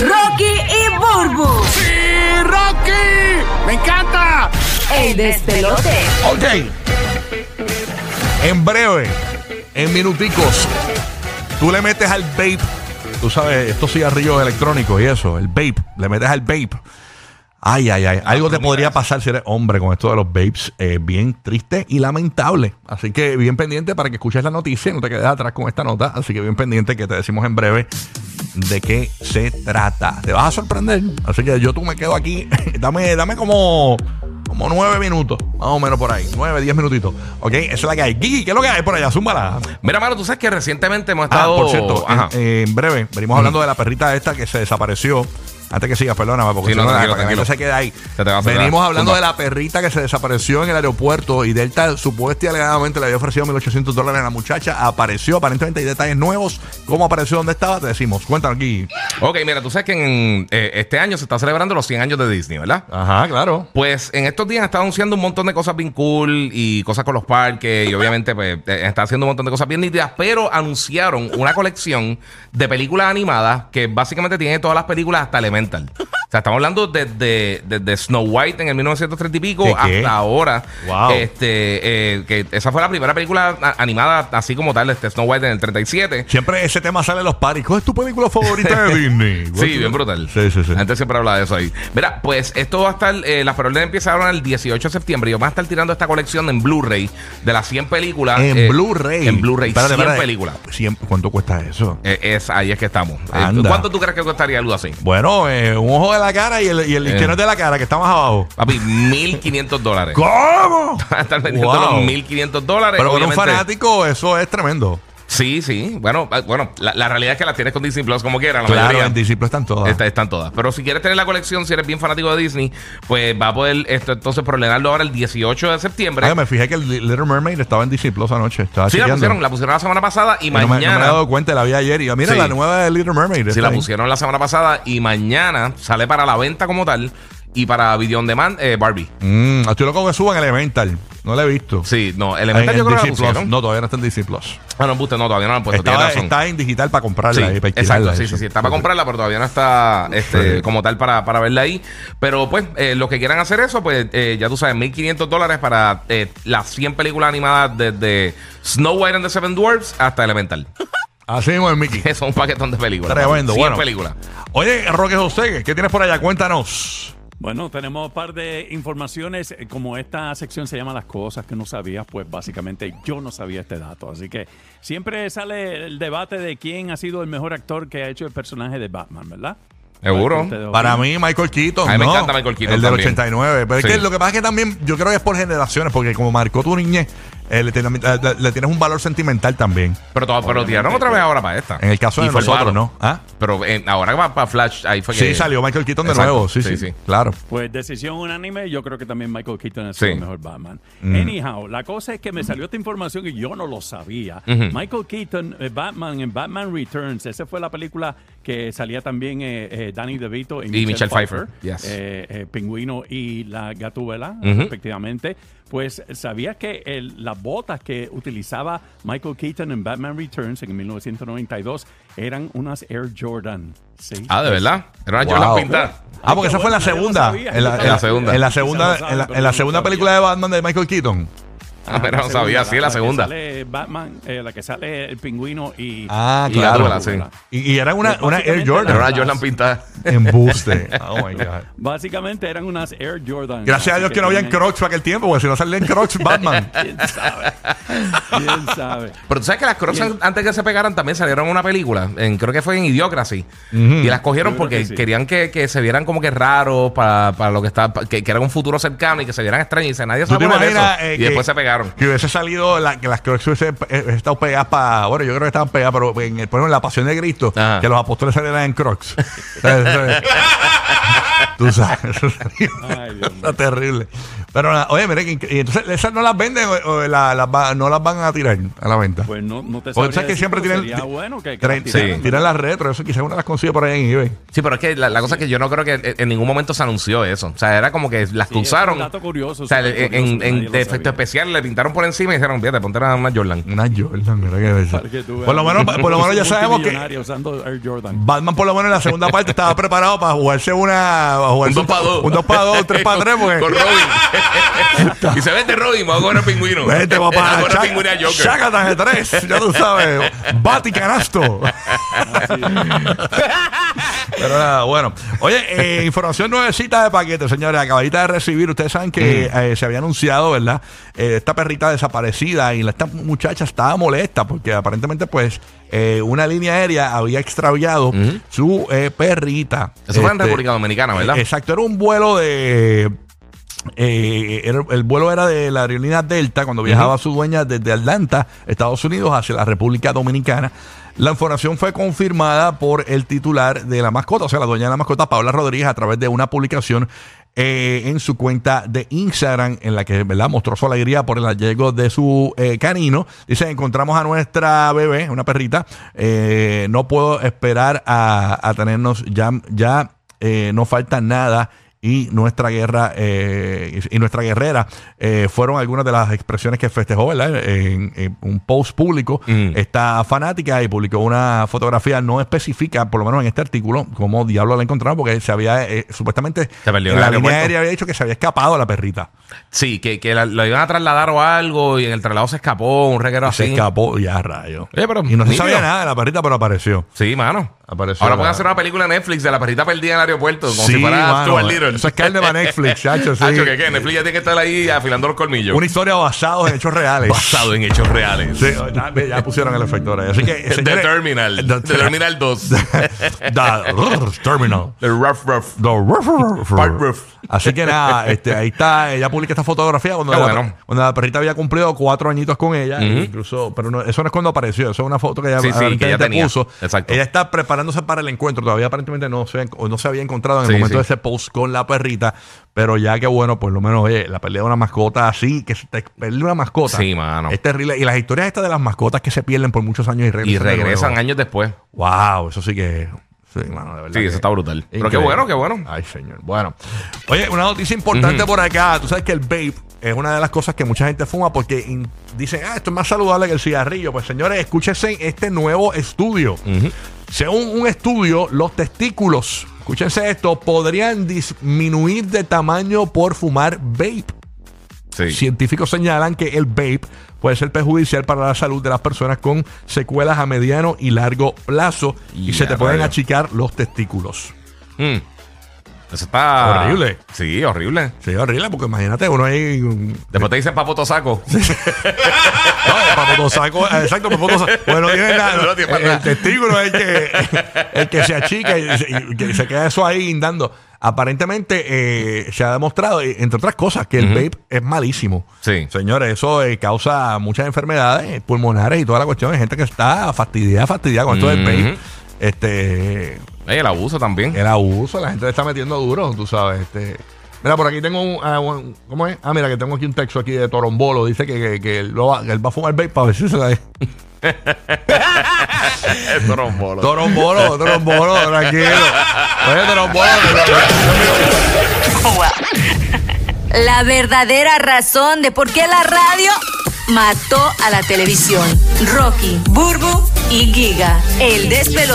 Rocky y Burbu. ¡Sí, Rocky! ¡Me encanta! El despelote. Ok. En breve, en minuticos, tú le metes al vape. Tú sabes, estos cigarrillos electrónicos y eso, el vape. Le metes al vape. Ay, ay, ay. Algo te podría pasar si eres hombre con esto de los vapes. eh, bien triste y lamentable. Así que bien pendiente para que escuches la noticia y no te quedes atrás con esta nota. Así que bien pendiente que te decimos en breve de qué se trata. Te vas a sorprender. Así que yo tú me quedo aquí. dame, dame como, como nueve minutos. Más o menos por ahí. Nueve, diez minutitos. Ok, esa es la que hay. Gigi, ¿qué es lo que hay por allá? Zúmbala. Mira, mano, tú sabes que recientemente hemos Ah, estado. por cierto, Ajá. Mm. en, eh, en breve, venimos hablando de la perrita esta que se desapareció. Antes que sigas, perdóname, porque Sí, si no, no, tranquilo, para que tranquilo. la gente se quede ahí. Se te va a hacer venimos la- hablando Zumba. de la perrita que se desapareció en el aeropuerto y Delta supuestamente alegadamente le había ofrecido 1.800 dólares a la muchacha. Apareció, aparentemente hay detalles nuevos. ¿Cómo apareció? ¿Dónde estaba? Te decimos. Cuéntanos aquí. Ok, mira, tú sabes que en, eh, este año se está celebrando los 100 años de Disney, ¿verdad? Ajá, claro. Pues en estos días está anunciando un montón de cosas bien cool y cosas con los parques y obviamente pues, eh, está haciendo un montón de cosas bien nítidas, pero anunciaron una colección de películas animadas que básicamente tiene todas las películas hasta Elemental. O sea, estamos hablando desde desde Snow White en el 1930 y pipico ¿Qué, hasta qué? ahora. Wow. Este, eh, que esa fue la primera película a- animada así como tal, este Snow White en el 37. Siempre ese tema sale en los paris. ¿Cuál es tu película favorita de Disney? Sí, bien brutal. Sí, sí, sí. Antes siempre hablaba de eso ahí. Mira, pues esto va a estar. eh, las preórdenes empezaron el 18 de septiembre. Yo van a estar tirando esta colección en Blu-ray de las 100 películas. En eh, Blu-ray. En Blu-ray, 100 Espérate, espérate. películas. 100, ¿Cuánto cuesta eso? Eh, es, ahí es que estamos. Eh, Anda. ¿Cuánto tú crees que costaría algo así? Bueno, eh, un ojo de la cara y el, y el Eh. que no es de la cara, que está más abajo. Papi, 1.500 dólares. ¿Cómo? Van a estar vendiendo Wow. los 1.500 dólares. Pero con un obviamente. fanático, eso es tremendo. Sí, sí. Bueno, eh, bueno la, la realidad es que las tienes con Disney Plus como quieran. la Claro, mayoría. en discípulos están todas. Está- están todas. Pero si quieres tener la colección, si eres bien fanático de Disney, pues va a poder esto entonces problemarlo ahora el 18 de septiembre. Oye, me fijé que el Little Mermaid estaba en Disney Plus anoche. Estaba Sí, la chequeando. pusieron, la pusieron la semana pasada y Y no, me, no me he mañana. dado cuenta, la vi ayer. Y yo, mira, Sí. la nueva de Little Mermaid. sí, está la ahí. pusieron la semana pasada y mañana sale para la venta como tal y para Video On Demand eh, Barbie. Mm, estoy loco que suban Elemental. No la he visto. Sí, no, En- Elemental en yo creo que la Disney Plus. pusieron. No. No, todavía no está en Disney Plus. Ah, no, embuste, no, todavía no la han puesto, Estaba- tienes razón. está en digital para Sí, comprarla. y para exacto, alquilarla, sí, eso. sí, sí, está para comprarla, pero todavía no está este, Sí. como tal para, para verla ahí. Pero pues, eh, los que quieran hacer eso, pues eh, ya tú sabes, 1.500 dólares para eh, las 100 películas animadas desde Snow White and the Seven Dwarfs hasta Elemental. Así mismo es Mickey. Que son un paquetón de películas. Tremendo, 100 bueno. películas. Oye, Roque José, ¿qué tienes por allá? Cuéntanos. Bueno, tenemos un par de informaciones. eh, Como esta sección se llama Las cosas que no sabías, pues básicamente yo no sabía este dato. Así que siempre sale el debate de quién ha sido el mejor actor que ha hecho el personaje de Batman, ¿verdad? Seguro. Ustedes Para opinan. mí, Michael Keaton. A mí me no. encanta Michael Keaton El del también. 89. Pero Sí. es que lo que pasa es que también, yo creo que es por generaciones, porque como marcó tu niñez, eh, le, ten- le- le tienes un valor sentimental también. Pero, to- pero tiraron Obviamente, otra vez ahora para esta. En el caso Y de fue el nosotros, palo. ¿no? ¿Ah? Pero en- ahora va para Flash. Ahí fue Sí, que- salió Michael Keaton de Exacto. nuevo. Sí sí, Claro. Pues decisión unánime, yo creo que también Michael Keaton es Sí. Mm. el mejor Batman. Anyhow, la cosa es que me salió esta información y yo no lo sabía. Ujú. Michael Keaton, eh, Batman en Batman Returns, esa fue la película que salía también eh, eh, Danny DeVito y, Michelle Michelle Pfeiffer, Pfeiffer, yes. eh, eh, Pingüino y la Gatúbela, Ujú. respectivamente. Pues sabía que el- las botas que utilizaba Michael Keaton en Batman Returns en 1992 eran unas Air Jordan 6. Ah, de verdad. Era una Wow. chula pintada. Ah, porque esa fue en la Yo no segunda. sabía. En la, en la segunda. En la segunda, en la, en la segunda película de Batman de Michael Keaton. Ah, pero no sabía. Sí, la segunda. La que sale Batman, eh, la que sale el pingüino y. Ah, y claro. Gatúbela, sí. Y, y era una, Pues una Air básicamente Era una Jordan. la- Jordan pintada. Embuste. Oh my God. Básicamente eran unas Air Jordan. Gracias a Dios que no había en Crocs para aquel tiempo, porque si no salía en Crocs, Batman. ¿Quién sabe? ¿Quién sabe? Pero tú sabes que las Crocs Bien. antes que se pegaran también salieron en una película. en- creo que fue en Idiocracy. Y las cogieron Yo creo porque que sí. querían que, que se vieran como que raros para, para lo que está, pa- que, que era un futuro cercano y que se vieran extraños. Y dice, nadie ¿Tú sabe te poner imaginas, eso. eh, y que- después se pegaron. Que hubiese salido, la- que las Crocs hubiesen eh, estado pegadas para. Bueno, yo creo que estaban pegadas, pero en, el, por ejemplo, en la Pasión de Cristo, Ajá. que los apóstoles salieran en Crocs. Tú sabes, eso sería Ay, Dios mío. terrible. Pero, na- oye, mire, que inc- y entonces esas no las venden, o- o la- las va- no las van a tirar a la venta. Pues no, no te Porque tú sabría sabes que decir, siempre pero tiran, sería bueno que, que tiran, la sí, tiraran. tiran las retro, eso quizás una las consigue por ahí en eBay. Sí, pero es que la, la cosa es que yo no creo que en- en ningún momento se anunció eso. O sea, era como que las es que un usaron. dato curioso, o sea, súper en- en, curioso, en nadie lo de efecto sabía. especial le pintaron por encima y dijeron, fíjate, ponte una, una Jordan. Una Jordan, mira que es eso. Para que tú veas. Por lo menos, por lo menos ya sabemos que Multimillonario usando Air Jordan. Batman por lo menos en la segunda parte estaba preparado para jugarse una para jugarse dos pa' dos. un 2 para 2, 3 para 3 porque Con Robin. y se vende Robin, vamos a coger a pingüino. Vete, papá. Vamos a coger a pingüino y a Chaca- Joker. Chácata de tres, ya tú sabes. Bati canasto. Pero nada, bueno. Oye, eh, información nuevecita de paquete, señores. Acabadita de recibir. Ustedes saben que Mm. eh, se había anunciado, ¿verdad? Eh, esta perrita desaparecida y la- esta muchacha estaba molesta porque aparentemente, pues, eh, una línea aérea había extraviado su eh, perrita. Eso fue en Este, República Dominicana, ¿verdad? Exacto, era un vuelo de. eh, era- el vuelo era de la aerolínea Delta cuando viajaba su dueña desde Atlanta, Estados Unidos, hacia la República Dominicana. La información fue confirmada por el titular de la mascota, o sea, la dueña de la mascota, Paula Rodríguez, a través de una publicación eh, en su cuenta de Instagram, en la que ¿verdad? mostró su alegría por el hallazgo de su eh, canino. Dice, encontramos a nuestra bebé, una perrita. Eh, no puedo esperar a, a tenernos ya, ya eh, no falta nada y nuestra guerra eh, y nuestra guerrera eh, fueron algunas de las expresiones que festejó ¿verdad? En, en un post público Mm. esta fanática y publicó una fotografía no específica por lo menos en este artículo cómo diablo la encontraron porque se había eh, supuestamente Se perdió en en la el línea aeropuerto. aérea había dicho que se había escapado la perrita Sí, que, que la- lo iban a trasladar o algo y en el traslado se escapó, un reguero Y así. se escapó y a rayo Ah, Oye, pero y no se nítido. sabía nada de la perrita pero apareció Sí, mano. Apareció Ahora la- pueden hacer una película en Netflix de la perrita perdida en el aeropuerto, como Sí, si fuera mano, Stuart Little. eso es carne para Netflix chacho, sí. Hacho, que, que Netflix ya tiene que estar ahí afilando los colmillos. una historia basada en hechos reales Basado en hechos reales. Sí, ya, ya pusieron el efecto ahora. Así que, The señores, Terminal. The- The Terminal 2. The rrr, Terminal. The Rough Rough. The rrr, rrr, rrr. Part roof. Así que nada, este, ahí está, ella publica esta fotografía cuando, Qué la, bueno. cuando la perrita había cumplido cuatro añitos con ella, incluso, pero no- eso no es cuando apareció, eso es una foto que ella, Sí, sí, aparentemente que ella tenía. puso. Exacto. Ella está preparándose para el encuentro, todavía aparentemente no se, o no se había encontrado en el Sí, momento sí. de ese post con la perrita, pero ya que bueno, por lo menos, oye, la pelea de una mascota así, que se te pierde una mascota. Sí, mano. Es terrible. Y las historias estas de las mascotas que se pierden por muchos años y regresan. Y de regresan nuevo. años después. Wow, eso sí que. Sí, mano, de verdad. Sí, que- eso está brutal. Pero qué Increíble. Ah, bueno, qué bueno. Ay, señor. Bueno. Oye, una noticia importante por acá. Tú sabes que el vape es una de las cosas que mucha gente fuma porque in- dicen, ah, esto es más saludable que el cigarrillo. Pues señores, escúchense este nuevo estudio. Según un estudio, los testículos, escúchense esto, podrían disminuir de tamaño por fumar vape. Sí. Científicos señalan que el vape puede ser perjudicial para la salud de las personas con secuelas a mediano y largo plazo y, Ya, se te pueden rayos. achicar los testículos. Mm. Eso está. Horrible. Sí, horrible. Sí, horrible, porque imagínate, uno ahí... un- Después te dicen papo tosaco. No, para Potosaco, eh, exacto, para Potosaco. Bueno, no tiene nada. No tiene el, nada. testículo es el que, el que se achica y se, y que se queda eso ahí guindando. Aparentemente eh, se ha demostrado, eh, entre otras cosas, que el vape es malísimo. Sí. Señores, eso eh, causa muchas enfermedades pulmonares y toda la cuestión. Hay gente que está fastidiada, fastidiada con esto del vape. Ujú. Este, Ey, el abuso también. el abuso, la gente le está metiendo duro, tú sabes. Este. Mira, por aquí tengo un, ah, un- ¿Cómo es? Ah, mira, que tengo aquí un texto aquí de Torombolo. Dice que, que, que él, lo va, que él va a fumar vape para ver si se la... El trombolo. Torombolo, Torombolo, tranquilo. Oye, Torombolo. La verdadera razón de por qué la radio mató a la televisión. Rocky, Burbu y Giga. El despelote.